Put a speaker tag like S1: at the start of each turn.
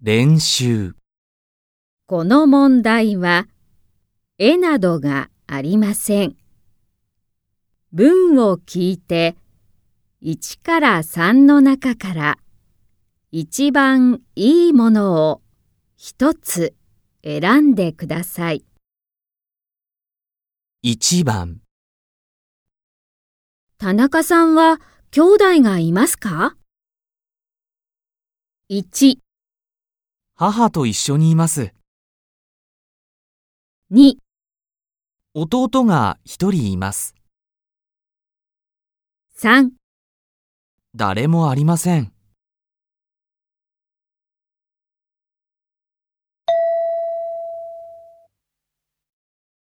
S1: 練習、
S2: この問題は、絵などがありません。文を聞いて、1から3の中から、一番いいものを一つ選んでください。
S1: 1番、
S2: 田中さんは兄弟がいますか ?1、
S1: 母と一緒にいます。
S2: 2、
S1: 弟が一人います。
S2: 3
S1: 誰もありません。